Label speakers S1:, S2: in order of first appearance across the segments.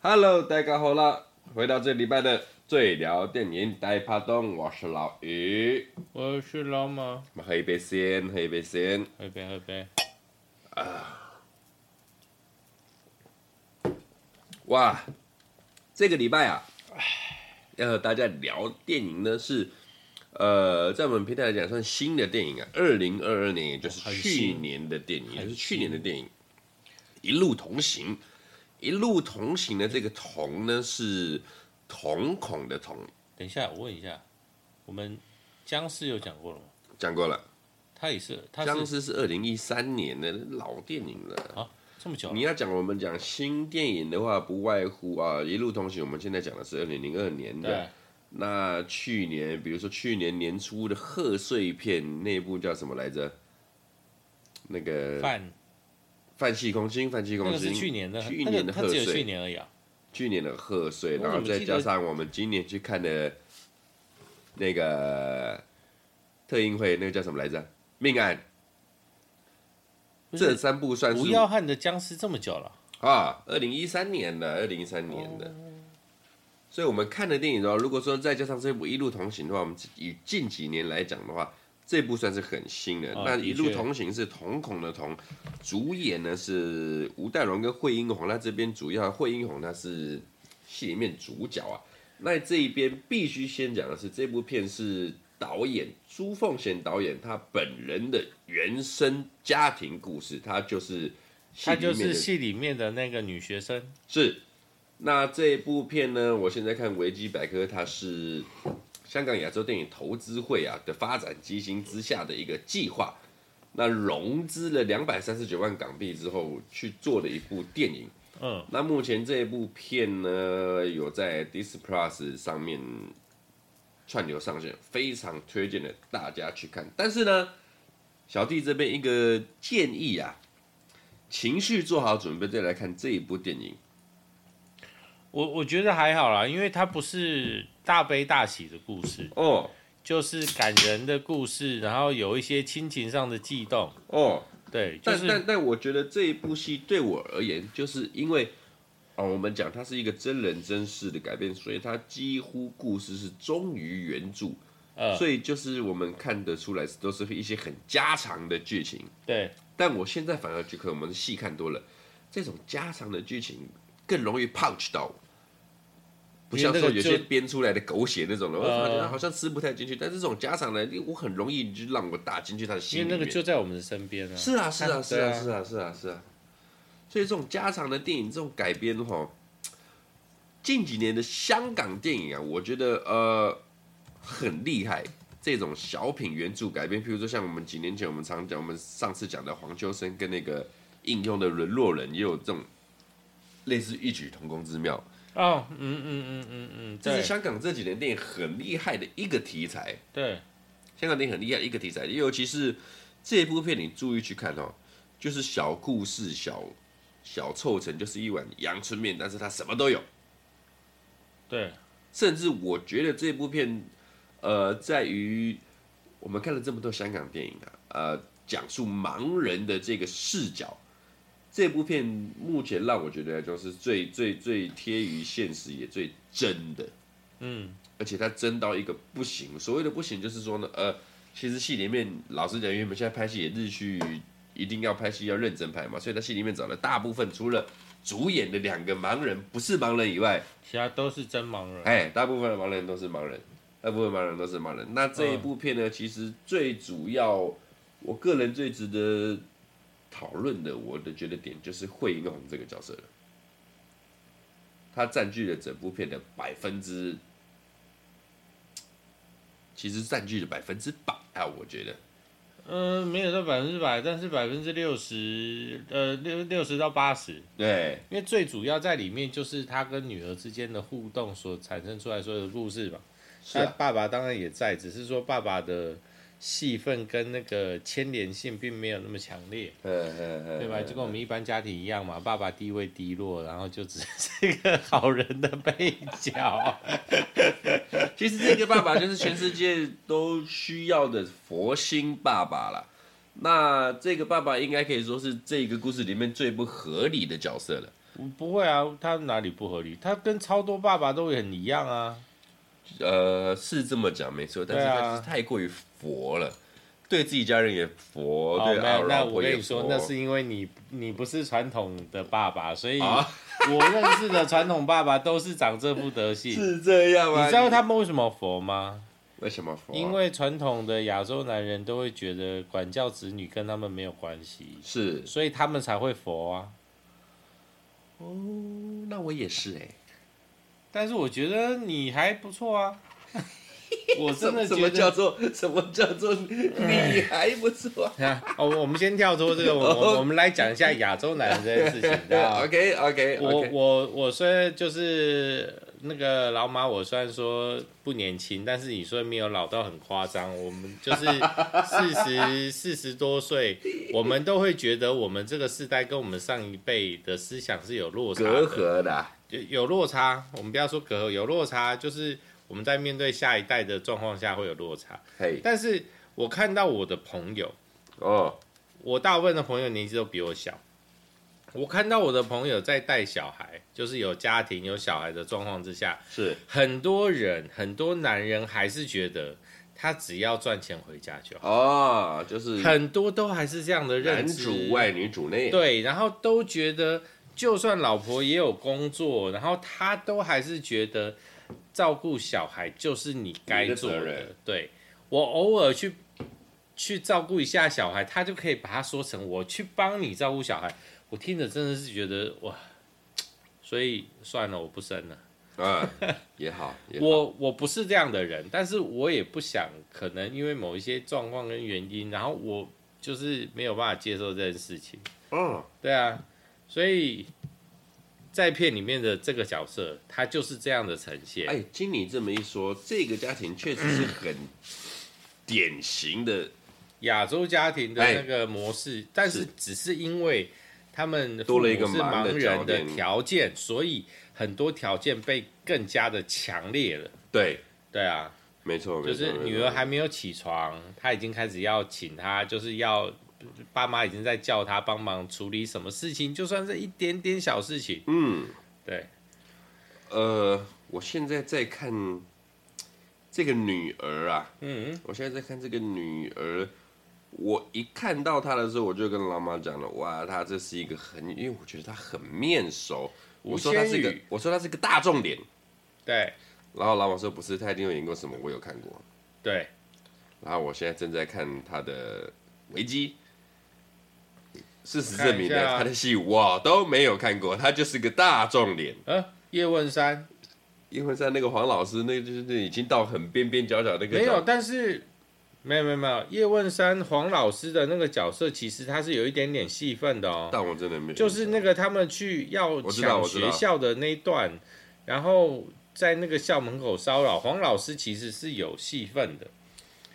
S1: Hello，大家好啦！回到这礼拜的最聊电影呆趴洞，我是老于。
S2: 我是老马，
S1: 我们喝一杯先，喝一杯先。
S2: 喝一杯喝一杯。
S1: 哇，这个礼拜啊，要和大家聊电影呢是，呃，在我们平台来讲算新的电影啊，二零二二年，也就是
S2: 很
S1: 去
S2: 新
S1: 年的电影，也
S2: 很
S1: 就是去年的电影，《一路同行》。一路同行的这个“同”呢，是瞳孔的“瞳
S2: 等一下，我问一下，我们僵尸有讲过了吗？”，
S1: 讲过了。
S2: 他也是，他
S1: 僵
S2: 是
S1: 尸是二零一三年的老电影了。
S2: 这么久
S1: 你
S2: 了，
S1: 要讲我们讲新电影的话，不外乎啊，《一路同行》，我们现在讲的是二零零二年的。
S2: 对，
S1: 那去年，比如说去年年初的贺岁片那部叫什么来着？那个
S2: 饭
S1: 范气空心，范气
S2: 那
S1: 空
S2: 个
S1: 心，
S2: 是去年的，
S1: 去
S2: 那
S1: 年
S2: 个
S1: 的
S2: 他
S1: 贺
S2: 只有去
S1: 岁，
S2: 年而已啊。
S1: 去年的贺岁，
S2: 我怎么
S1: 然后再
S2: 记
S1: 加
S2: 得
S1: 上我们今年去看的那个特映会，那个叫什么来着？命案，
S2: 不
S1: 这
S2: 是
S1: 三部算
S2: 吴
S1: 是
S2: 耀汉的僵尸这么久了，
S1: 啊，二零一三年的，二零一三年的。所以我们看的电影的话，如果说再加上这部《一路同行》的话，我们以近几年来讲的话，这部算是很新的。
S2: 啊
S1: 那《
S2: 的
S1: 一路
S2: 确
S1: 同行》是瞳孔的瞳，主演呢是吴岱融跟惠英红。那这边主要惠英红她是戏里面主角啊。那这一边必须先讲的是，这部片是导演朱凤贤导演他本人的原生家庭故事，他就是戏
S2: 他
S1: 里
S2: 就
S1: 面
S2: 是
S1: 的
S2: 戏里面的那个女学生，
S1: 是，那这部片呢，我现在看维基百科，它是香港亚洲电影投资会啊的发展基金之下的一个计划，那融资了两百三十九万港币之后去做的一部电影。
S2: 嗯，
S1: 那目前这一部片呢，有在 Dis Plus 上面串流上线，非常推荐的大家去看。但是呢，小弟这边一个建议啊，情绪做好准备再来看这一部电影。
S2: 我我觉得还好啦，因为他不是大悲大喜的故事，
S1: 哦
S2: 就是感人的故事，然后有一些亲情上的悸动，
S1: 哦，
S2: 对，就
S1: 但但
S2: 是
S1: 但我觉得这一部戏对我而言，就是因为哦，我们讲它是一个真人真事的改编，所以它几乎故事是忠于原著，
S2: 呃，
S1: 所以就是我们看得出来都是一些很家常的剧情。
S2: 对，
S1: 但我现在反而觉得我们戏看多了，这种家常的剧情更容易 punch 到我。不像说有
S2: 因为
S1: 些
S2: 那个就
S1: 编出来的狗血那种的，我好像
S2: 呃
S1: 好像吃不太进去。但是这种家常的，我很容易就让我打进去他的心
S2: 因
S1: 里
S2: 为
S1: 面。
S2: 那个就在我们的身边啊，
S1: 是啊，是啊，
S2: 啊
S1: 是
S2: 对
S1: 啊，
S2: 啊
S1: 是啊，是啊，是啊。所以这种家常的电影，这种改编哈，近几年的香港电影啊，我觉得呃很厉害。这种小品原著改编，譬如说像我们几年前我们常讲，我们上次讲的黄秋生跟那个应用的沦落人，也有这种类似异曲同工之妙。
S2: 哦，嗯嗯嗯嗯嗯，
S1: 这
S2: 对
S1: 是香港这几年电影很厉害的一个题材。
S2: 对，
S1: 香港电影很厉害的一个题材，尤其是这部片，你注意去看哦，就是小故事、小小凑成，就是一碗阳春面，但是它什么都有。
S2: 对，
S1: 甚至我觉得这部片，呃，在于我们看了这么多香港电影啊，呃，讲述盲人的这个视角，这部片目前让我觉得就是最最最贴于现实，也最真的。
S2: 嗯，
S1: 而且他真到一个不行。所谓的不行，就是说呢，呃，其实戏里面老实讲，因为我们现在拍戏也日趋一定要拍戏要认真拍嘛，所以他戏里面找了大部分除了主演的两个盲人不是盲人以外，
S2: 其他都是真盲人，
S1: 哎，大部分的盲人都是盲人，大部分盲人都是盲人。那这一部片呢，其实最主要，我个人最值得讨论的，我的觉得点就是惠英红这个角色了。她占据了整部片的百分之，其实占据了百分之百啊，我觉得。
S2: 嗯、没有到百分之百，但是百分之六十，呃，六六十到八十，
S1: 对，
S2: 因为最主要在里面就是他跟女儿之间的互动所产生出来所有的故事嘛。
S1: 是
S2: 他
S1: 啊，
S2: 爸爸当然也在，只是说爸爸的戏份跟那个牵连性并没有那么强烈，
S1: 嗯嗯嗯，
S2: 对吧？就跟我们一般家庭一样嘛，爸爸地位低落，然后就只是个好人的配角。
S1: 其实这个爸爸就是全世界都需要的佛心爸爸啦。那这个爸爸应该可以说是这个故事里面最不合理的角色了。
S2: 不会啊，他哪里不合理？他跟超多爸爸都很一样啊。
S1: 呃，是这么讲没错，但是
S2: 对啊
S1: 他就是太过于佛了，对自己家人也佛，
S2: 哦，
S1: 对
S2: 没
S1: 老
S2: 有，那
S1: 老
S2: 我
S1: 婆
S2: 跟
S1: 也
S2: 你说
S1: 佛。，
S2: 那是因为你你不是传统的爸爸，所以
S1: 啊，
S2: 我认识的传统爸爸都是长这副德性。
S1: 是这样吗？
S2: 你知道他们为什么佛吗？
S1: 为什么佛？啊
S2: 因为传统的亚洲男人都会觉得管教子女跟他们没有关系，
S1: 是
S2: 所以他们才会佛啊。
S1: 哦，那我也是哎、
S2: 但是我觉得你还不 错啊，我
S1: 什
S2: 真
S1: 么
S2: 的
S1: 什么
S2: 觉
S1: 叫
S2: 得。哎
S1: 做什么叫做你还不 错
S2: 啊哦，我们先跳脱这个，我我我们来讲一下亚洲男人这件 事情，你知道吗？
S1: ？OK OK
S2: 我
S1: OK，
S2: 我我虽然就是那个老马，我虽然说不年轻，但是你说没有老到很夸张。我们就是 四十四十多岁，我们都会觉得我们这个世代跟我们上一辈的思想是有落差的
S1: 隔阂的啊、
S2: 有有落差。我们不要说隔阂，有落差就是我们在面对下一代的状况下会有落差。
S1: 嘿
S2: 但是我看到我的朋友，
S1: 哦，
S2: 我大部分的朋友年纪都比我小。我看到我的朋友在带小孩，就是有家庭有小孩的状况之下，
S1: 是
S2: 很多人很多男人还是觉得他只要赚钱回家就好，
S1: 哦，就是
S2: 很多都还是这样的认
S1: 男
S2: 知。
S1: 主外女主内，
S2: 对，然后都觉得就算老婆也有工作，然后他都还是觉得照顾小孩就是你该做
S1: 你的责
S2: 的。
S1: 任
S2: 对我偶尔去去照顾一下小孩，他就可以把他说成我去帮你照顾小孩。我听着真的是觉得哇，所以算了，我不生了。
S1: 啊，也好，也好
S2: 我我不是这样的人，但是我也不想可能因为某一些状况跟原因，然后我就是没有办法接受这件事情。
S1: 嗯，
S2: 对啊，所以在片里面的这个角色，他就是这样的呈现。
S1: 哎，经你这么一说，这个家庭确实是很典型的
S2: 亚洲家庭的那个模式，但哎是
S1: 是
S2: 只是因为他们
S1: 多了一个
S2: 父母是
S1: 盲的
S2: 盲
S1: 教
S2: 人的
S1: 练
S2: 条件，所以很多条件被更加的强烈了。
S1: 对，
S2: 对啊，
S1: 没错，没
S2: 就
S1: 错
S2: 是
S1: 没错
S2: 女儿还没有起床，她已经开始要请她，就是要爸妈已经在叫她帮忙处理什么事情，就算是一点点小事情，
S1: 嗯，
S2: 对，
S1: 呃，我现在在看这个女儿啊，
S2: 嗯，
S1: 我现在在看这个女儿，啊我一看到她的时候，我就跟老妈讲了，哇，她这是一个很，因为我觉得她很面熟，
S2: 吴
S1: 我说她是一个
S2: 千语，
S1: 我说她是个大众脸，
S2: 对
S1: 然后老马说不是，她一定有演过什么，我有看过，
S2: 对，
S1: 然后我现在正在看她的维基。事实
S2: 看一
S1: 证明呢，
S2: 下
S1: 她的戏我都没有看过，她就是个大众脸。
S2: 呃，叶问三。
S1: 因为在那个黄老师，那个就是已经到很边边角角那个角
S2: 没有，但是没有没有没有，叶问三黄老师的那个角色，其实他是有一点点戏份的哦，
S1: 但我真的没有，
S2: 就是那个他们去要
S1: 知道
S2: 抢
S1: 我知道
S2: 学校的那一段，然后在那个校门口骚扰黄老师，其实是有戏份的。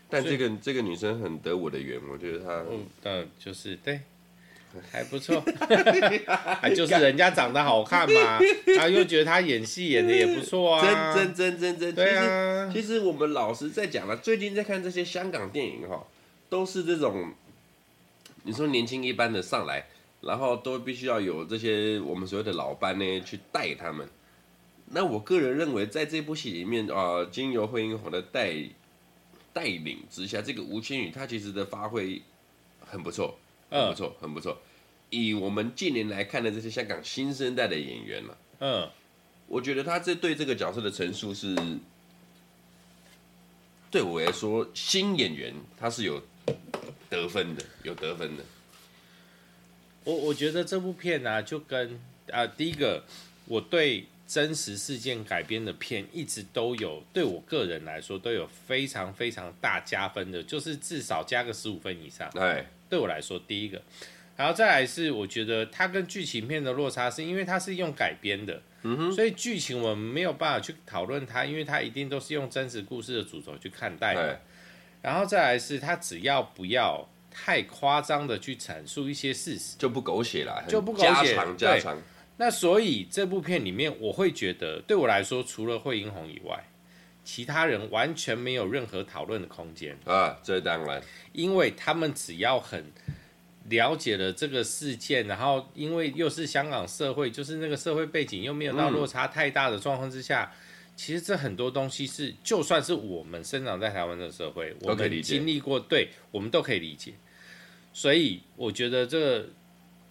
S1: 但这个这个女生很得我的缘，我觉得 她
S2: 嗯，嗯，就是 对，还不错，啊，就是人家长得好 看嘛，啊，又觉得他演戏演的也不错啊，
S1: 真真真真真，
S2: 对啊，
S1: 其实其实我们老实在讲了，啊最近在看这些香港电影哈，都是这种，你说年轻一班的上来，然后都必须要有这些我们所谓的老班呢去带他们。那我个人认为，在这部戏里面啊、呃经由惠英红的带带领之下，这个吴千语她其实的发挥很不错，很不
S2: 嗯
S1: 错，很不错。以我们近年来看的这些香港新生代的演员啊嘛，
S2: 嗯，
S1: 我觉得他这对这个角色的陈述是，对我来说，新演员他是有得分的，有得分的。
S2: 我我觉得这部片呢、就跟啊、呃第一个，我对真实事件改编的片一直都有，对我个人来说都有非常非常大加分的，就是至少加个十五分以上。
S1: 哎，
S2: 对我来说，第一个，然后再来是我觉得它跟剧情片的落差，是因为它是用改编的，嗯哼，所以剧情我们没有办法去讨论它，因为它一定都是用真实故事的主轴去看待的
S1: 哎，。
S2: 然后再来是他只要不要太夸张的去阐述一些事实。
S1: 就不狗血啦，很
S2: 就不狗
S1: 家
S2: 血
S1: 常家
S2: 对
S1: 常，
S2: 那所以这部片里面，我会觉得对我来说，除了惠英红以外，其他人完全没有任何讨论的空间。
S1: 啊，这当然，
S2: 因为他们只要很了解了这个事件，然后因为又是香港社会，就是那个社会背景又没有到
S1: 嗯
S2: 落差太大的状况之下，其实这很多东西是，就算是我们生长在台湾的社会，我
S1: 都可以
S2: 们
S1: 理解
S2: 经历过，对我们都可以理解。所以我觉得这个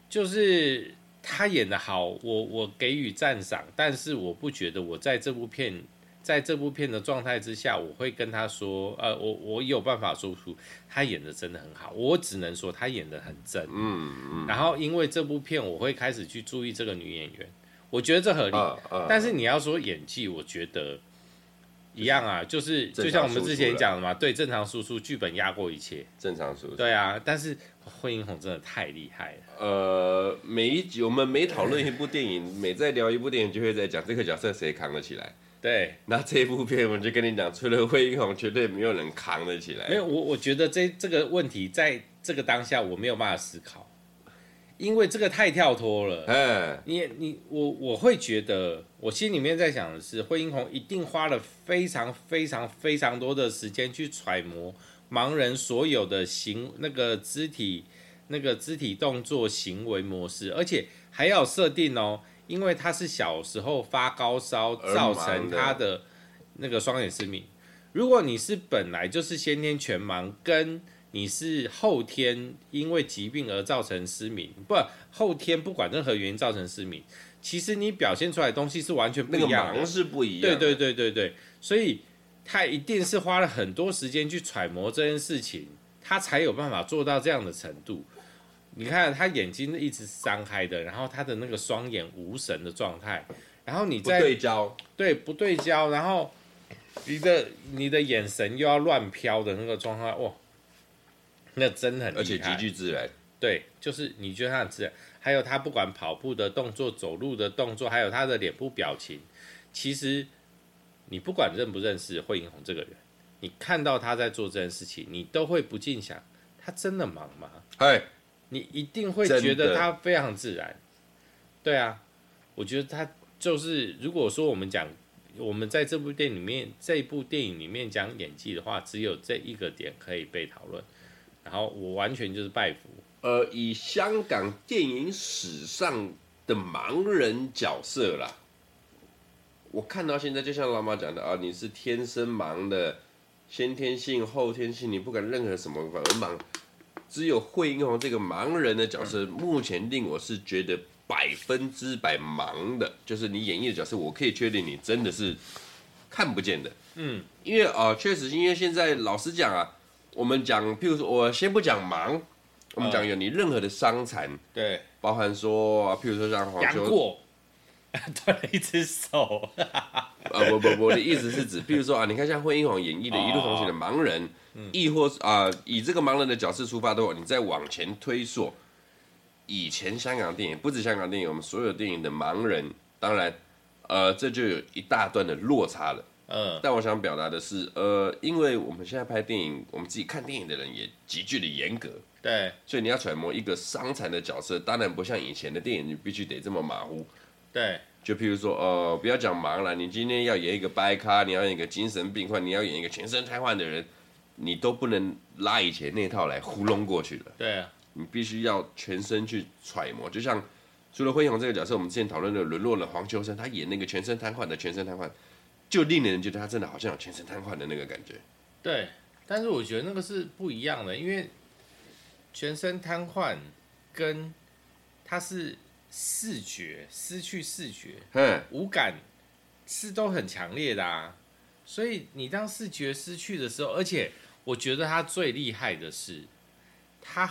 S2: 就是他演的好，我我给予赞赏，但是我不觉得我在这部片。在这部片的状态之下，我会跟他说，呃，我我有办法说出他演的真的很好，我只能说他演的很真。
S1: 嗯
S2: 然后因为这部片，我会开始去注意这个女演员，我觉得这合
S1: 嗯，
S2: 理。
S1: 啊啊，
S2: 但是你要说演技，我觉得一样啊，就是
S1: 正常
S2: 就像我们之
S1: 输
S2: 前
S1: 出啦
S2: 讲的嘛，对，正常输出，剧本压过一切。
S1: 正常输出。
S2: 对啊，但是惠英红真的太厉害了。
S1: 呃，每一集我们每讨论一部电影，每再聊一部电影，就会在讲这个角色谁扛得起来。
S2: 对，
S1: 那这部片，我就跟你讲，除了惠英红，绝对没有人扛得起来。
S2: 没有我，我觉得这这个问题在这个当下我没有办法思考，因为这个太跳脱了。
S1: 嗯，
S2: 你你我我会觉得，我心里面在想的是，惠英红一定花了非常非常非常多的时间去揣摩盲人所有的行那个肢体那个肢体动作行为模式，而且还要设定哦，因为他是小时候发高烧
S1: 而
S2: 造
S1: 盲
S2: 成
S1: 的
S2: 他的那个双眼失明。如果你是本来就是先天全盲，跟你是后天因为疾病而造成失明，不后天不管任何原因造成失明，其实你表现出来的东西是完全不
S1: 那个
S2: 一样的。
S1: 忙是不一样
S2: 对
S1: 的。
S2: 对对对对，所以他一定是花了很多时间去揣摩这件事情，他才有办法做到这样的程度。你看他眼睛一直是张开的，然后他的那个双眼无神的状态，然后你
S1: 不
S2: 在
S1: 对焦，
S2: 对不对焦，然后你的你的眼神又要乱飘的那个状态，哇，那真的很厉害，
S1: 而且极具自然。
S2: 对，就是你觉得他很自然，还有他不管跑步的动作、走路的动作，还有他的脸部表情，其实你不管认不认识惠英红这个人，你看到他在做这件事情，你都会不禁想，他真的忙吗？
S1: 哎，
S2: 你一定会
S1: 真的
S2: 觉得他非常自然。对啊，我觉得他就是，如果说我们讲，我们在这部电影里面，这一部电影里面讲演技的话，只有这一个点可以被讨论。然后我完全就是拜服，
S1: 呃，以香港电影史上的盲人角色啦，我看到现在就像老马讲的啊，你是天生盲的，先天性、后天性，你不管任何什么反而盲，只有惠英红这个盲人的角色，目前令我是觉得百分之百盲的，就是你演绎的角色，我可以确定你真的是看不见的。
S2: 嗯，
S1: 因为啊，确实，因为现在老实讲啊，我们讲，譬如说，我先不讲盲，我们讲有你任何的伤残，
S2: 对，
S1: 包含说，啊譬如说像黄
S2: 杨
S1: 秋
S2: 过 断了一只手，
S1: 啊，不不不，我的意思是指，比如说啊，你看像惠英红演绎的《一路同行》的盲人，亦或是啊、以这个盲人的角色出发的话，你再往前推溯，以前香港电影不止香港电影，我们所有电影的盲人，当然，呃，这就有一大段的落差了。
S2: 嗯，
S1: 但我想表达的是，呃，因为我们现在拍电影，我们自己看电影的人也急剧的严格，
S2: 对
S1: 所以你要揣摩一个伤残的角色，当然不像以前的电影，你必须得这么马虎。
S2: 对
S1: 就譬如说，呃，不要讲盲了，你今天要演一个掰咖，你要演一个精神病患，你要演一个全身瘫痪的人，你都不能拉以前那套来糊弄过去了。
S2: 对啊，
S1: 你必须要全身去揣摩。就像除了辉煌这个角色，我们之前讨论的沦落了黄秋生，他演那个全身瘫痪的全身瘫痪，就令人觉得他真的好像有全身瘫痪的那个感觉。
S2: 对，但是我觉得那个是不一样的，因为全身瘫痪跟他是视觉失去视觉，
S1: 嗯，
S2: 五感是都很强烈的啊。所以你当视觉失去的时候，而且我觉得他最厉害的是，他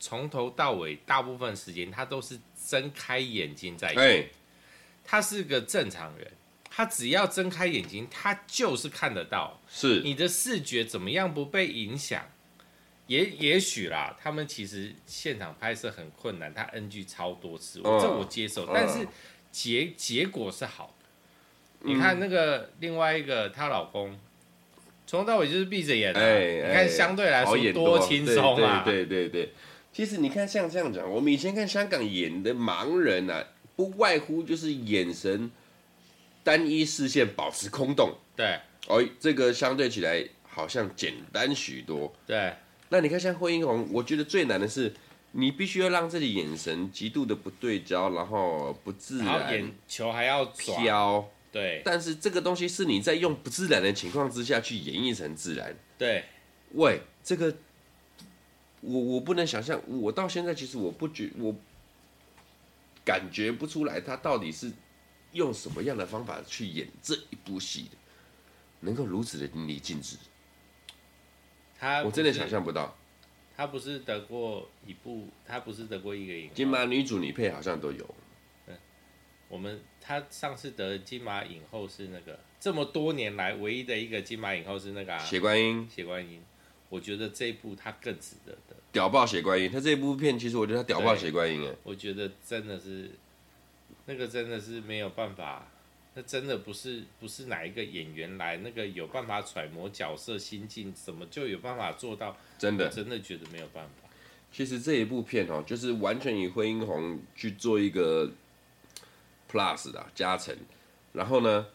S2: 从头到尾大部分时间他都是睁开眼睛在
S1: 哎、
S2: 看。他是个正常人，他只要睁开眼睛，他就是看得到。
S1: 是
S2: 你的视觉怎么样不被影响？也也许啦，他们其实现场拍摄很困难，他 NG 超多次，我
S1: 嗯
S2: 这我接受，
S1: 嗯
S2: 但是结结果是好的。你看那个另外一个她老公从头到尾就是闭着眼、啊。
S1: 哎，
S2: 你看，
S1: 哎
S2: 相对来
S1: 好
S2: 说
S1: 演
S2: 多轻松啊！
S1: 对对对对对其实你看，像这样讲，我们以前看香港演的盲人啊，不外乎就是眼神单一视线保持空洞，
S2: 对
S1: 而、哦、这个相对起来好像简单许多。
S2: 对
S1: 那你看，像惠英红，我觉得最难的是，你必须要让自己眼神极度的不对焦，然后不自
S2: 然后
S1: 然
S2: 眼球还要转，
S1: 飘。
S2: 对
S1: 但是这个东西是你在用不自然的情况之下去演绎成自然。
S2: 对
S1: 喂，这个我我不能想象，我到现在其实我不觉我感觉不出来他到底是用什么样的方法去演这一部戏的，能够如此的淋漓尽致，
S2: 他
S1: 我
S2: 哎不
S1: 真的
S2: 是
S1: 想象不到。
S2: 他不是得过一部，他不是得过一个影
S1: 金
S2: 后，
S1: 马女主女配好像都有，
S2: 我们他上次得金马影后是那个这么多年来唯一的一个金马影后是那个、啊、
S1: 血观音
S2: 血观音，我觉得这一部他更值得得，
S1: 屌爆血观音，他这部片其实我觉得他屌爆血观音哎，
S2: 我觉得真的是那个真的是没有办法，那真的不是不是哪一个演员来那个有办法揣摩角色心境，怎么就有办法做到？
S1: 真
S2: 我
S1: 的。
S2: 真的觉得没有办法。
S1: 其实这一部片哦，就是完全以惠英红去做一个 plus 的啊加成，然后呢，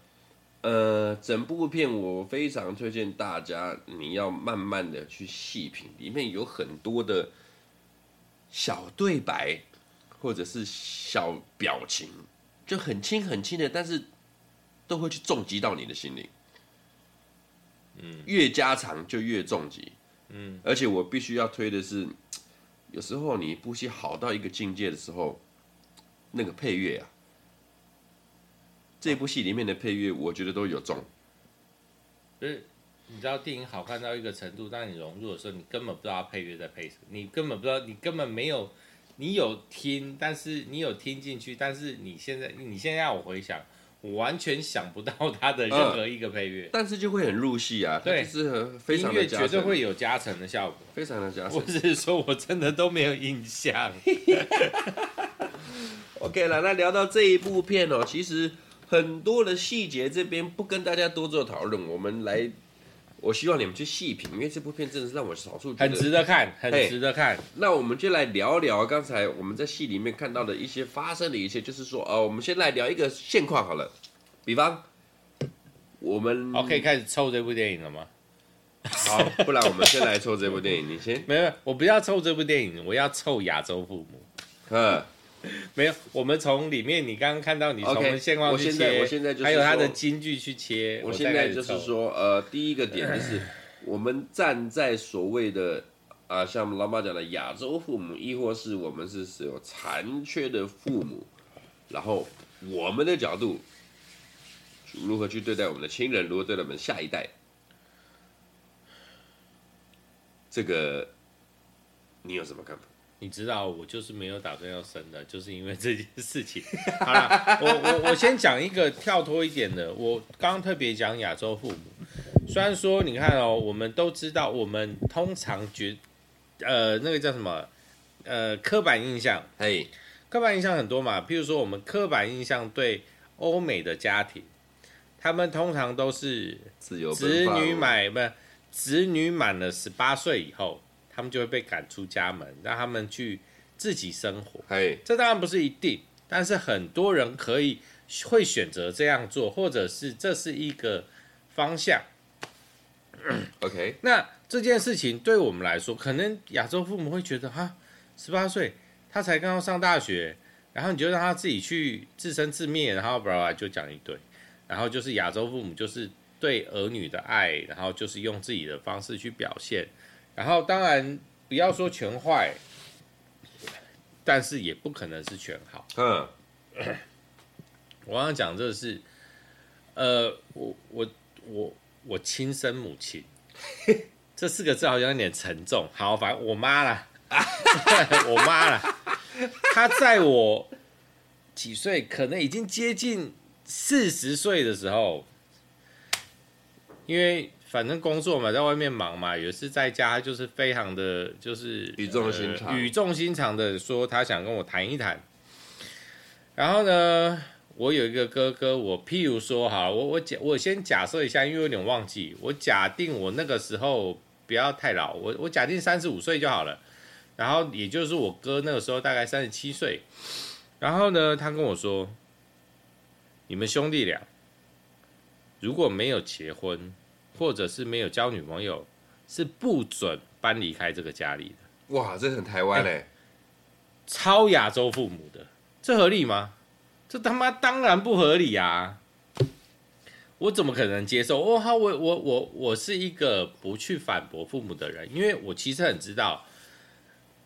S1: 呃，整部片我非常推荐大家，你要慢慢的去细品，里面有很多的小对白或者是小表情，就很轻很轻的，但是都会去重击到你的心灵。嗯，越加长就越重击。嗯，而且我必须要推的是，有时候你一部戏好到一个境界的时候，那个配乐啊，这部戏里面的配乐，我觉得都有中。
S2: 就是你知道电影好看到一个程度，当你融入的时候，你根本不知道它配乐在配什么，你根本不知道，你根本没有，你有听，但是你有听进去，但是你现在你现在让我回想，我完全想不到它的任何一个配乐，
S1: 但是就会很入戏啊，它
S2: 对
S1: 就是很 非
S2: 音
S1: 常的
S2: 乐
S1: 加
S2: 绝
S1: 成，
S2: 对会有加成的效果。
S1: 非常的加
S2: 我
S1: 成。
S2: 只是说我真的都没有印 象，
S1: OK 了，那聊到这一部片哦，其实很多的细节这边不跟大家多做讨论，我们来，我希望你们去细品，因为这部片真的是让我少数觉
S2: 很值
S1: 得。
S2: 得看，很
S1: 嘿
S2: 值得看。
S1: 那我们就来聊聊刚才我们在戏里面看到的一些发生的一些，就是说，呃，我们先来聊一个现况好了，比方我们
S2: 好，可以开始抽这部电影了吗？
S1: 嗯好，不然我们先来抽这部电影，你先，
S2: 没有，我不要抽这部电影，我要抽亚洲父母。
S1: 嗯，
S2: 没有，我们从里面你刚刚看到你从
S1: OK，
S2: 现况
S1: 我
S2: 去
S1: 现
S2: 切，
S1: 在我现在就是
S2: 还有它的
S1: 说
S2: 金句去切。
S1: 我
S2: 我
S1: 现
S2: 再开
S1: 在
S2: 始
S1: 就是
S2: 抽，
S1: 说，呃，第一个点 就是我们站在所谓的啊，像我们老马讲的亚洲父母，亦或是我们是是有残缺的父母，然后我们的角度如何去对待我们的亲人，如何对待我们下一代，这个你有什么看法？
S2: 你知道我就是没有打算要生的，就是因为这件事情。 好了，我我我先讲一个跳脱一点的，我刚刚特别讲亚洲父母，虽然说你看哦，我们都知道，我们通常觉呃那个叫什么呃刻板印象，
S1: 嘿，
S2: 刻板印象很多嘛，譬如说我们刻板印象对欧美的家庭，他们通常都是
S1: 自由奔
S2: 子
S1: 放
S2: 女买不是，子女满了十八岁以后，他们就会被赶出家门，让他们去自己生活。
S1: 嘿，
S2: 这当然不是一定，但是很多人可以会选择这样做，或者是这是一个方向。
S1: ，OK，
S2: 那这件事情对我们来说，可能亚洲父母会觉得哈，十八岁他才刚刚上大学，然后你就让他自己去自生自灭，然后巴拉巴拉就讲一堆，然后就是亚洲父母就是对儿女的爱，然后就是用自己的方式去表现，然后当然不要说全坏，但是也不可能是全好。
S1: 嗯，
S2: 我刚刚讲这个是，呃，我我我我亲生母亲，这四个字好像有点沉重。好，反正我妈啦， 我妈啦，她在我几岁，可能已经接近四十岁的时候，因为反正工作嘛，在外面忙嘛，有一次在家，她就是非常的，就是
S1: 语重心长
S2: 呃语重心长的说，她想跟我谈一谈。然后呢，我有一个哥哥，我譬如说哈，我我假我先假设一下，因为有点忘记，我假定我那个时候不要太老，我我假定三十五岁就好了。然后也就是我哥那个时候大概三十七岁，然后呢，他跟我说，你们兄弟俩如果没有结婚，或者是没有交女朋友，是不准搬离开这个家里的，
S1: 哇，这很台
S2: 哎
S1: 湾嘞、
S2: 超亚洲父母的，这合理吗？这他妈当然不合理啊！我怎么可能接受？哦，好，我我我我是一个不去反驳父母的人，因为我其实很知道，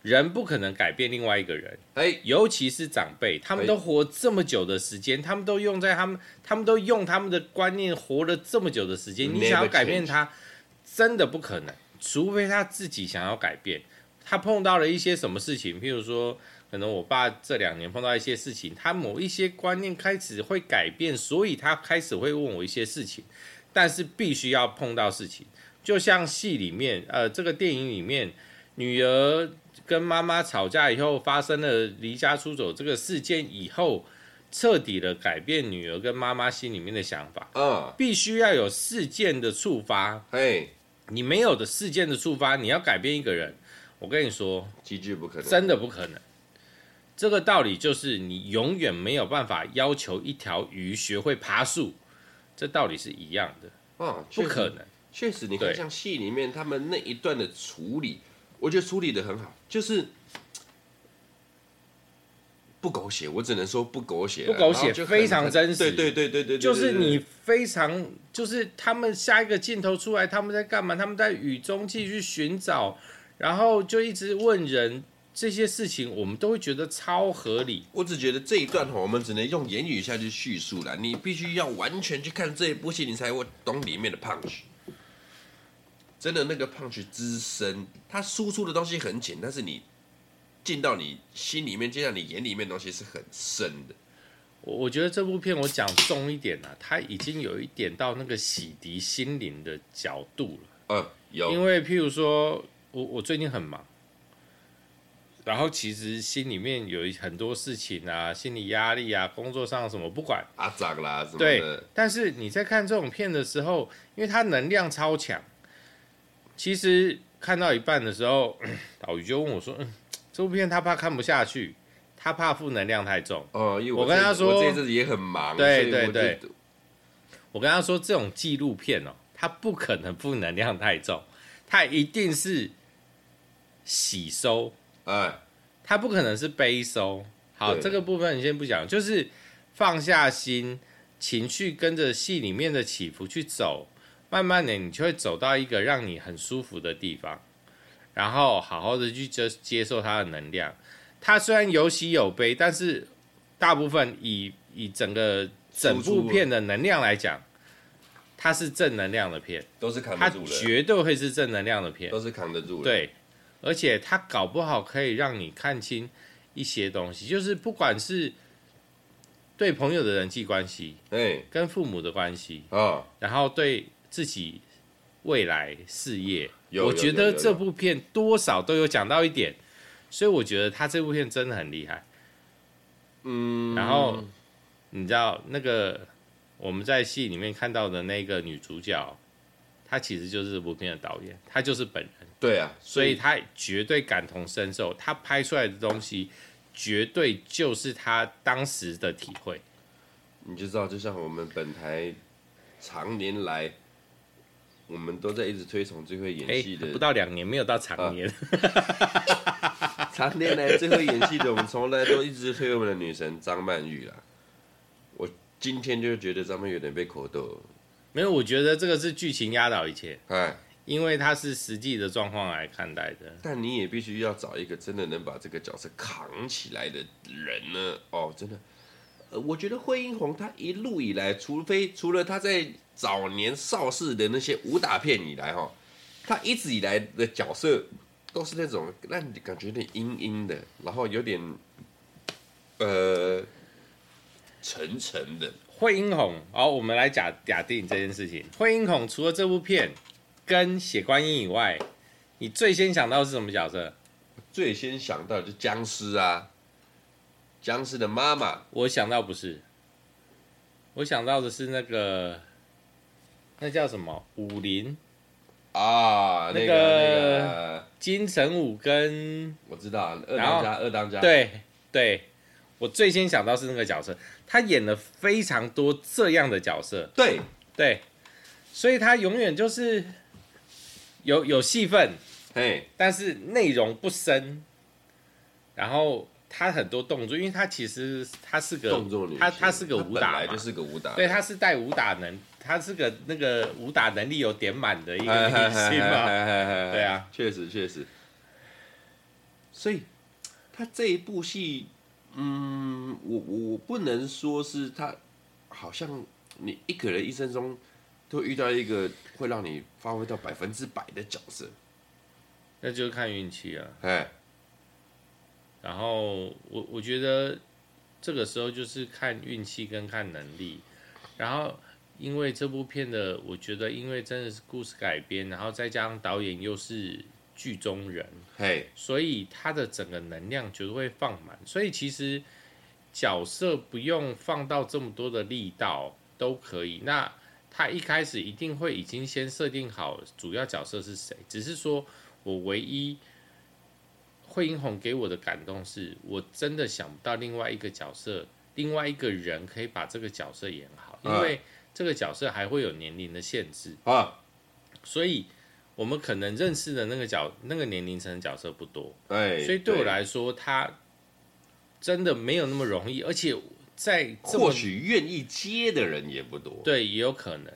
S2: 人不可能改变另外一个人，
S1: 哎、
S2: 尤其是长辈，他们
S1: 哎
S2: 都活这么久的时间，他们都用在他们，他们都用他们的观念活了这么久的时间，你
S1: Never
S2: 想要改变他，真的不可能，除非他自己想要改变。他碰到了一些什么事情，譬如说，可能我爸这两年碰到一些事情，他某一些观念开始会改变，所以他开始会问我一些事情，但是必须要碰到事情，就像戏里面，呃，这个电影里面，女儿跟妈妈吵架以后发生了离家出走这个事件以后，彻底的改变女儿跟妈妈心里面的想法，
S1: 嗯，
S2: 必须要有事件的触发，
S1: 嘿，
S2: 你没有的事件的触发，你要改变一个人，我跟你说，
S1: 机智不可能，
S2: 真的不可能。这个道理就是你永远没有办法要求一条鱼学会爬树，这道理是一样的，
S1: 啊，
S2: 不
S1: 确
S2: 可
S1: 实，
S2: 能。
S1: 确实，你看
S2: 对
S1: 像戏里面他们那一段的处理，我觉得处理的很好，就是不狗血，我只能说不狗血啊，
S2: 不狗血
S1: 然后就很
S2: 非常真实
S1: 对对对对对，对
S2: 就是
S1: 对对
S2: 你非常，就是他们下一个镜头出来，他们在干嘛？他们在雨中继续寻找，然后就一直问人这些事情，我们都会觉得超合理。
S1: 我只觉得这一段哈，我们只能用言语下去叙述了。你必须要完全去看这一部戏，你才会懂里面的 punch。真的，那个 punch 之深，它输出的东西很浅，但是你进到你心里面，进到你眼里面的东西是很深的。
S2: 我我觉得这部片我讲重一点啊，它已经有一点到那个洗涤心灵的角度了。
S1: 嗯，有
S2: 因为譬如说，我我最近很忙，然后其实心里面有一很多事情啊，心理压力啊，工作上什么不管。
S1: 阿扎啦什么
S2: 对
S1: 的，，
S2: 但是你在看这种片的时候，因为它能量超强，其实看到一半的时候， 导宇就问我说：“嗯，这部片他怕看不下去，他怕负能量太重。
S1: 哦，因为
S2: 我跟
S1: 这
S2: 他说
S1: 我这一阵子也很忙，
S2: 对
S1: 所以我就
S2: 对，”我跟他说：“这种纪录片哦，它不可能负能量太重，它一定是吸收，
S1: 哎，
S2: 它不可能是悲收。好，
S1: 对
S2: 这个部分你先不讲，就是放下心，情绪跟着戏里面的起伏去走，慢慢的你就会走到一个让你很舒服的地方，然后好好的去接接受它的能量。它虽然有喜有悲，但是大部分以以整个整
S1: 输
S2: 部
S1: 出了
S2: 片的能量来讲，它是正能量的片，
S1: 都是扛
S2: 它
S1: 得住的，
S2: 绝对会是正能量的片。
S1: 都是扛得住的。，
S2: 对，而且它搞不好可以让你看清一些东西，就是不管是对朋友的人际关系、
S1: 哎，
S2: 跟父母的关系，
S1: 哦，
S2: 然后对自己未来事业，
S1: 有
S2: 我
S1: 有
S2: 觉
S1: 有
S2: 得
S1: 有
S2: 这
S1: 有
S2: 部片多少都有讲到一点，所以我觉得他这部片真的很厉害。
S1: 嗯，
S2: 然后你知道那个我们在戏里面看到的那个女主角，她其实就是这部片的导演，她就是本人。
S1: 对啊，
S2: 所以他绝对感同身受，他拍出来的东西绝对就是他当时的体会。
S1: 你就知道，就像我们本台常年来，我们都在一直推崇最会
S2: 哎、
S1: 演戏的
S2: 不，到两年，没有到常年，
S1: 常年来最会演戏的，我们从来都一直推我们的女神张曼玉啦。我今天就觉得张曼玉有点被口斗，
S2: 没有。我觉得这个是剧情压倒一切，
S1: 哎，
S2: 因为它是实际的状况来看待的。
S1: 但你也必须要找一个真的能把这个角色扛起来的人呢。哦，真的，呃，我觉得惠英红她一路以来，除非除了她在早年邵氏的那些武打片以来，哈，她一直以来的角色都是那种让你感觉有点阴阴的，然后有点呃沉沉的。
S2: 惠英红，好，我们来假假定这件事情。 惠英红除了这部片跟《血观音》以外，你最先想到是什么角色？
S1: 最先想到的就僵尸啊，僵尸的妈妈
S2: 我想到不是，我想到的是那个，那叫什么？武林
S1: 啊，那
S2: 那
S1: 个
S2: 个
S1: 那个，
S2: 金城武跟
S1: 我知道，二
S2: 然
S1: 当
S2: 后
S1: 家，二当家，，
S2: 对对，我最先想到是那个角色，他演了非常多这样的角色，
S1: 对，
S2: 对，所以他永远就是有有戏份，
S1: 嘿，
S2: 但是内容不深，然后他很多动作，因为他其实他是个
S1: 动作女，
S2: 他他是个武
S1: 她
S2: 打
S1: 本来
S2: 嘛
S1: 就，是个武打，
S2: 对，他是带武打能，他是个那个武打能力有点满的一个
S1: 哎，
S2: 明星
S1: 对
S2: 嘛，对啊，
S1: 确实确实。所以他这一部戏，嗯，我我我不能说是他，好像你一个人一生中都遇到一个会让你发挥到百分之百的角色，
S2: 那就看运气了。
S1: 哎，
S2: 然后我我觉得这个时候就是看运气跟看能力，然后因为这部片的，我觉得因为真的是故事改编，然后再加上导演又是剧中人，
S1: 嘿，
S2: 所以他的整个能量就会放满，所以其实角色不用放到这么多的力道都可以。那他一开始一定会已经先设定好主要角色是谁，只是说我唯一惠英红给我的感动是我真的想不到另外一个角色，另外一个人可以把这个角色演好，因
S1: 嗯
S2: 为这个角色还会有年龄的限制。
S1: 啊，
S2: 所以我们可能认识的那个角那个年龄层的角色不多，
S1: 哎，
S2: 所以对我来说，他真的没有那么容易，而且在这么
S1: 或许愿意接的人也不多，
S2: 对也有可能。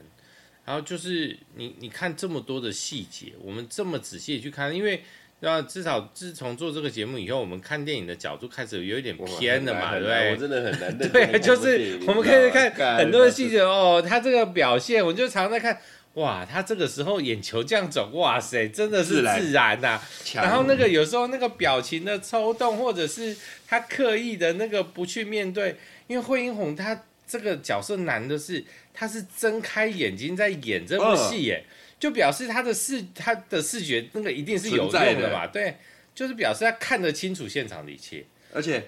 S2: 然后就是你你看这么多的细节，我们这么仔细地去看，因为那至少自从做这个节目以后，我们看电影的角度开始有一点
S1: 我很难。
S2: 偏了嘛，对
S1: 很
S2: 不
S1: 难我
S2: 对？
S1: 真的很难 认真看
S2: 对，啊
S1: 这
S2: 就
S1: 部电影。
S2: 是
S1: 你
S2: 我们
S1: 知道
S2: 可以
S1: 吗
S2: 看很多的细
S1: 干
S2: 节哦，他这个表现，我就常在看，哇，他这个时候眼球这样转，哇塞，真的是
S1: 自然
S2: 自然呐、啊
S1: 强
S2: 然后那个有时候那个表情的抽动，或者是他刻意的那个不去面对，因为惠英红她这个角色难的是，她是睁开眼睛在演这部戏耶，就表示她的视她的视觉那个一定是有用
S1: 存在的
S2: 嘛，对，就是表示她看得清楚现场的一切
S1: 而且，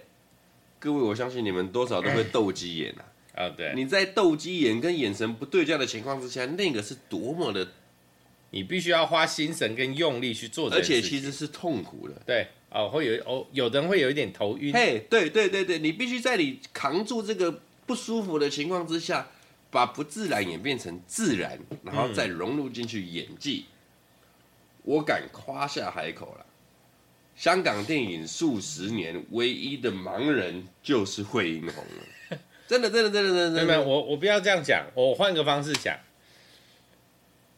S1: 各位，我相信你们多少都会斗鸡眼啊。
S2: 啊，对。
S1: 你在斗鸡眼跟眼神不对焦的情况之下，那个是多么的，
S2: 你必须要花心神跟用力去做这
S1: 而
S2: 件
S1: 且
S2: 事情。
S1: 其实是痛苦的。
S2: 对哦，会有哦，有的人会有一点头晕。
S1: 嘿、对对对对，你必须在你扛住这个不舒服的情况之下，把不自然演变成自然，然
S2: 嗯
S1: 后再融入进去演技。我敢夸下海口了，香港电影数十年唯一的盲人就是惠英红了， 真的真的真的真的
S2: 没有
S1: 真
S2: 没有，
S1: 的，
S2: 我我不要这样讲，我换个方式讲。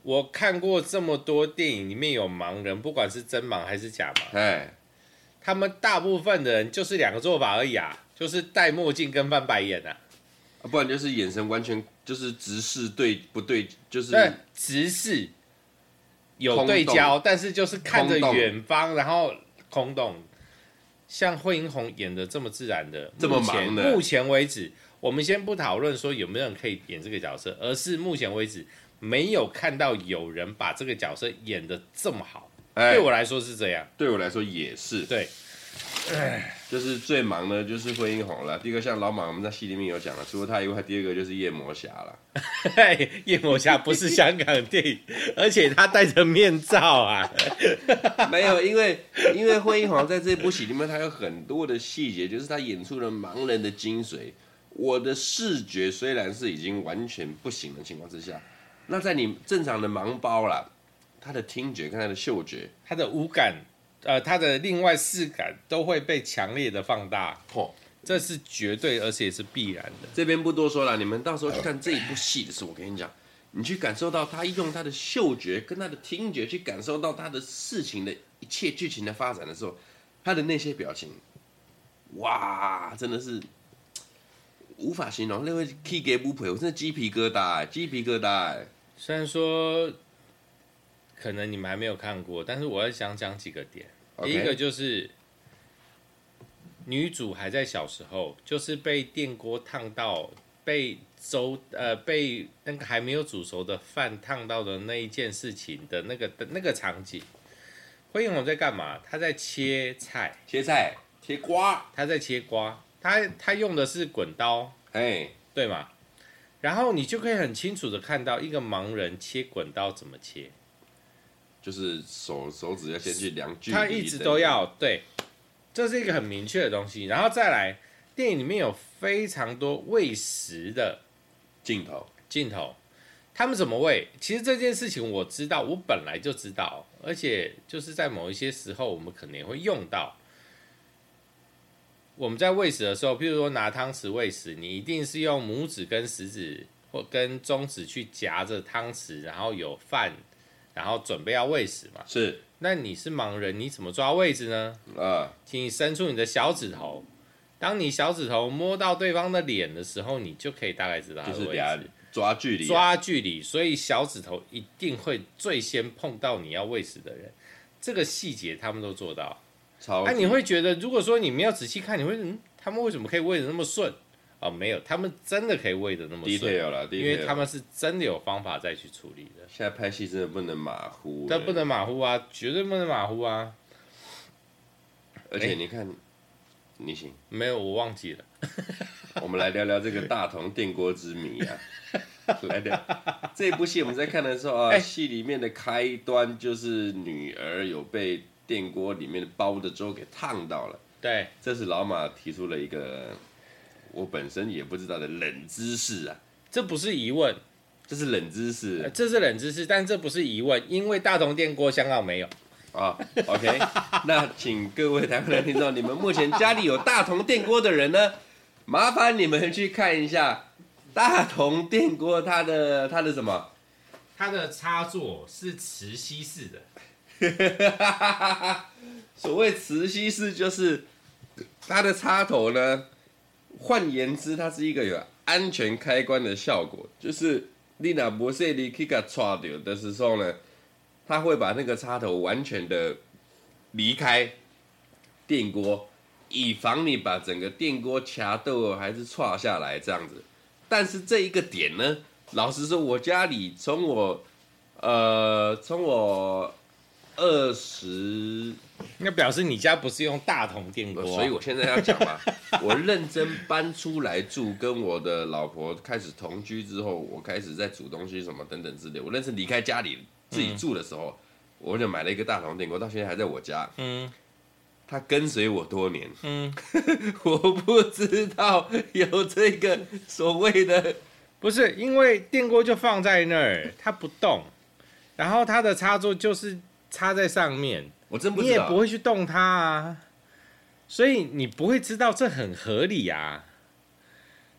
S2: 我看过这么多电影，里面有盲人，不管是真盲还是假盲，
S1: 哎。
S2: 他们大部分的人就是两个做法而已啊，就是戴墨镜跟翻白眼啊，
S1: 啊不然就是眼神完全就是直视对不对，就是
S2: 对，直视有
S1: 空
S2: 对
S1: 洞
S2: 焦，但是就是看着
S1: 空洞
S2: 远方，然后空洞。像惠英红演的这么自然的，
S1: 这么
S2: 目前
S1: 忙的
S2: 目前为止，我们先不讨论说有没有人可以演这个角色，而是目前为止没有看到有人把这个角色演的这么好。
S1: 哎
S2: 对，我来说是这样，
S1: 对我来说也是，
S2: 对，
S1: 就是最忙的就是惠英红了。第一个像老马，我们在戏里面有讲了，除了他以外，第二个就是夜魔侠了。
S2: 夜魔侠不是香港电影，而且他戴着面罩啊，
S1: 没有，因为因为惠英红在这部戏里面，她有很多的细节，就是她演出了盲人的精髓。我的视觉虽然是已经完全不行的情况之下，那在你正常的盲包啦，他的听觉跟他的嗅觉，
S2: 他的五感，呃，他的另外四感都会被强烈的放大。
S1: 嚯、
S2: 这是绝对，而且是必然的。
S1: 这边不多说了，你们到时候去看这一部戏的时候，我跟你讲，你去感受到他用他的嗅觉跟他的听觉去感受到他的事情的一切剧情的发展的时候，他的那些表情，哇，真的是无法形容。那位 K 给不赔，我真的鸡皮疙瘩、鸡皮疙瘩、
S2: 虽然说可能你们还没有看过，但是我要想讲几个点。
S1: OK
S2: 第一个就是女主还在小时候，就是被电锅烫到，被粥呃被那个还没有煮熟的饭烫到的那一件事情的那个的那个场景。惠英红在干嘛？她在切菜，
S1: 切菜、切瓜，
S2: 她在切瓜，她她用的是滚刀，
S1: 哎，
S2: 对嘛？然后你就可以很清楚的看到一个盲人切滚刀怎么切，
S1: 就是手手指要先去量距离，
S2: 他一直都要对，这是一个很明确的东西。然后再来，电影里面有非常多喂食的
S1: 镜头，
S2: 镜头，他们怎么喂？其实这件事情我知道，我本来就知道，而且就是在某一些时候我们可能也会用到。我们在喂食的时候，譬如说拿汤匙喂食，你一定是用拇指跟食指或跟中指去夹着汤匙，然后有饭，然后准备要喂食嘛。
S1: 是
S2: 那你是盲人，你怎么抓位置呢？
S1: 啊、
S2: 请你伸出你的小指头，当你小指头摸到对方的脸的时候，你就可以大概知道他
S1: 就
S2: 的
S1: 是
S2: 位
S1: 俩
S2: 置。
S1: 抓距离，
S2: 抓距离，所以小指头一定会最先碰到你要喂食的人。这个细节他们都做到。
S1: 超
S2: 那、哎你会觉得，如果说你没有仔细看，你会嗯，他们为什么可以喂的那么顺？哦，没有，他们真的可以喂的那么顺，
S1: detail 了，
S2: 因为
S1: detail
S2: 他们是真的有方法再去处理的。
S1: 现在拍戏真的不能马虎、
S2: 但不，能马虎啊，绝对不能马虎啊！
S1: 而
S2: 哎
S1: 且你看，你行，
S2: 没有，我忘记了。
S1: 我们来聊聊这个大同电锅之谜 啊。来聊这部戏，我们在看的时候啊，
S2: 哎
S1: 戏里面的开端就是女儿有被电锅里面煲的粥给烫到了。
S2: 对，
S1: 这是老马提出了一个我本身也不知道的冷知识啊，
S2: 这不是疑问，
S1: 这是冷知
S2: 呃
S1: 识啊
S2: 这是冷知识，但这不是疑问，因为大同电锅香港没有。
S1: 啊。OK，那 请各位台湾的听众，你们目前家里有大同电锅的人呢，麻烦你们去看一下大同电锅它的它的什么？
S2: 它的插座是磁吸式的，
S1: 所谓磁吸式就是它的插头呢，换言之，它是一个有安全开关的效果，就是你若不是你去给它插掉的时候呢，它会把那个插头完全的离开电锅，以防你把整个电锅掐豆还是岔下来这样子。但是这一个点呢，老实说，我家里从我呃从我二十
S2: 那表示你家不是用大同电锅啊、
S1: 所以我现在要讲嘛， 我认真搬出来住，跟我的老婆开始同居之后，我开始在煮东西什么等等之类。我认真离开家里自己住的时候，我就买了一个大同电锅，到现在还在我家。
S2: 嗯
S1: 它跟随我多年，
S2: 嗯，
S1: 我不知道有这个所谓 的
S2: 不是因为电锅就放在那儿，它不动，然后它的插座就是插在上面，
S1: 我真不
S2: 你
S1: 知
S2: 也
S1: 道
S2: 不。会去动它啊，所以你不会知道这很合理啊。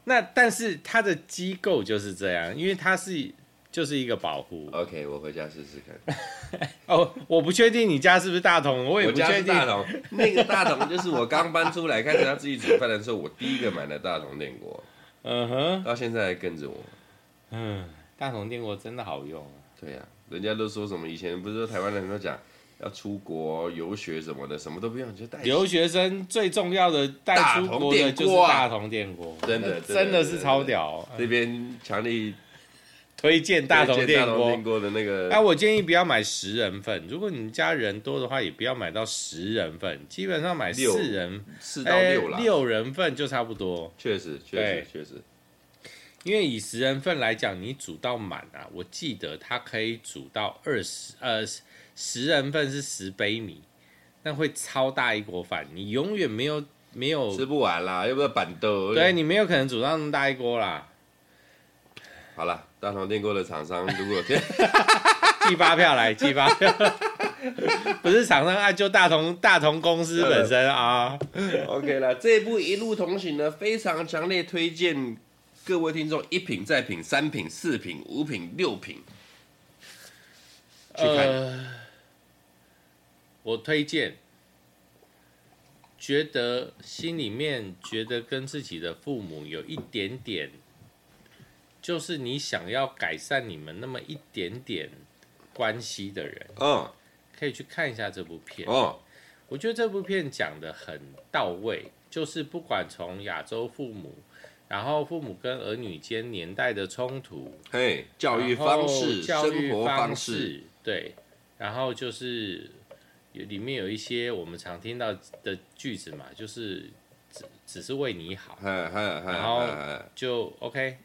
S2: 那但是它的机构就是这样，因为它是就是一个保护
S1: OK，我回家试试 看。
S2: 哦。我不确定你家是不是大同，我也
S1: 我
S2: 不
S1: 家
S2: 确
S1: 是
S2: 定
S1: 大同，那个大同就是我刚搬出来开始要自己煮饭的时候，我第一个买的大同电锅，
S2: 嗯哼，
S1: 到现在还跟着我。
S2: 嗯，大同电锅真的好用啊。
S1: 对呀、人家都说什么以前不是说台湾人都讲要出国游学什么的，什么都不用，你就带
S2: 留学生最重要的带出国的就是大同电锅，
S1: 真的
S2: 真的是超。屌，
S1: 这边强力
S2: 推荐嗯大同
S1: 推荐
S2: 电
S1: 大同
S2: 锅哎
S1: 电。锅的那
S2: 那
S1: 个，
S2: 我建议不要买十人份，如果你们家人多的话，也不要买到十人份，基本上买
S1: 六
S2: 四人
S1: 四到
S2: 哎
S1: 六啦，
S2: 六人份就差不多。
S1: 确实确实确实，
S2: 因为以十人份来讲，你煮到满啊，我记得它可以煮到二十，呃，十人份是十杯米，那会超大一锅饭，你永远没有没有
S1: 吃不完啦，又不是板豆。
S2: 对你没有可能煮到那么大一锅啦。
S1: 好了，大同电锅的厂商如果 有
S2: 寄发票来，寄发票， 不是厂商啊，就大同大同公司本身啊。
S1: OK 啦，这一部《一路同行》呢，非常强烈推荐各位听众一品再品、三品、四品、五品、六品去看。
S2: 呃，我推荐，觉得心里面觉得跟自己的父母有一点点，就是你想要改善你们那么一点点关系的人，
S1: 嗯
S2: 可以去看一下这部片。
S1: 哦，
S2: 我觉得这部片讲的很到位，就是不管从亚洲父母，然后父母跟儿女间年代的冲突，
S1: 嘿，教育方式、
S2: 然后教育
S1: 生活
S2: 方
S1: 式，，
S2: 对，然后就是有里面有一些我们常听到的句子嘛，就是只只是为你好，
S1: 嘿嘿嘿
S2: 然后
S1: 嘿，
S2: 就 OK。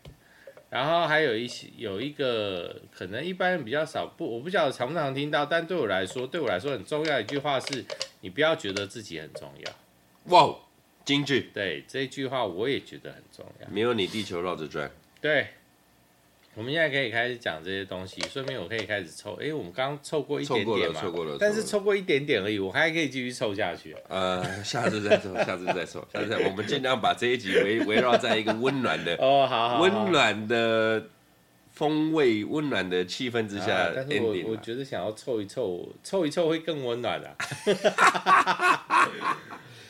S2: 然后还有一些有一个可能一般人比较少不，我不晓得常不常听到，但对我来说，对我来说很重要的一句话是：你不要觉得自己很重要。
S1: 哇哦，京剧
S2: 对这句话，我也觉得很重要。
S1: 没有你地球绕着转，
S2: 对，我们现在可以开始讲这些东西，顺便我可以开始凑。诶，我们刚刚凑过一
S1: 错
S2: 点
S1: 过
S2: 点
S1: 了，
S2: 嘛，
S1: 错过了，
S2: 但是
S1: 错
S2: 凑过一点点而已，我还可以继续凑下去。
S1: 过了呃，下次再 说，下次再说，下次再我们尽量把这一集围围绕在一个温暖 的、
S2: 哦，好好好，
S1: 温暖的风味、温暖的气氛之下
S2: 啊但是我
S1: ending
S2: 我
S1: 吧。
S2: 觉得想要凑一凑，凑一凑会更温暖的、啊。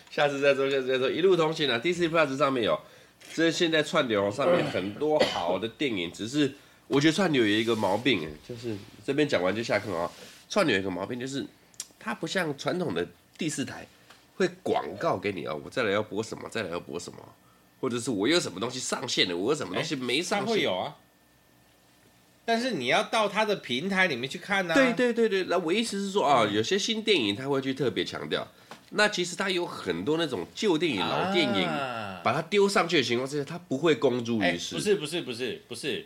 S1: 下次再说，下次再说，一路同行啊！DC
S2: 嗯
S1: Plus 上面有，这现在串流上面很多好的电影，只是我觉得串流有一个毛病，就是这边讲完就下课啊。串流有一个毛病就是，它不像传统的第四台会广告给你哦，我再来要播什么，再来要播什么，或者是我有什么东西上线了，我有什么东西没
S2: 它
S1: 上线。
S2: 会有啊，但是你要到它的平台里面去看呐、啊。
S1: 对对对对，那我意思是说啊，
S2: 嗯
S1: 有些新电影他会去特别强调，那其实他有很多那种旧电影、老电影，
S2: 啊
S1: 把它丢上去的情况之下，他不会公诸
S2: 哎、
S1: 于
S2: 不
S1: 世。
S2: 是不是不是不是，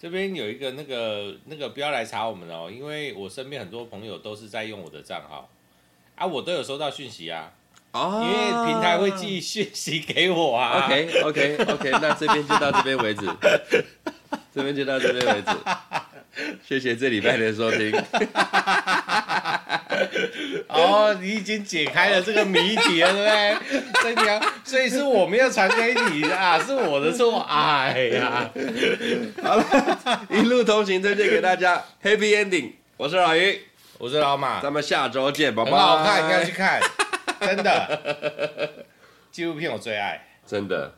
S2: 这边有一个那个那个不要来查我们哦，因为我身边很多朋友都是在用我的账号啊，我都有收到讯息啊，
S1: 哦
S2: 因为平台会。寄讯息给我啊。
S1: OK OK OK，那这边就到这边为止，这边就到这边为止。谢谢这礼拜的收听。
S2: 哦，你已经解开了这个谜题了，对不对？所以你要，所以是我没有传给你的啊，是我的错。哎呀，
S1: 好了，一路同行推荐给大家 Happy Ending。我是老于，
S2: 我是老马，
S1: 咱们下周见，宝
S2: 很
S1: 宝。
S2: 好看，你要去看，真的。纪录片我最爱。
S1: 真的。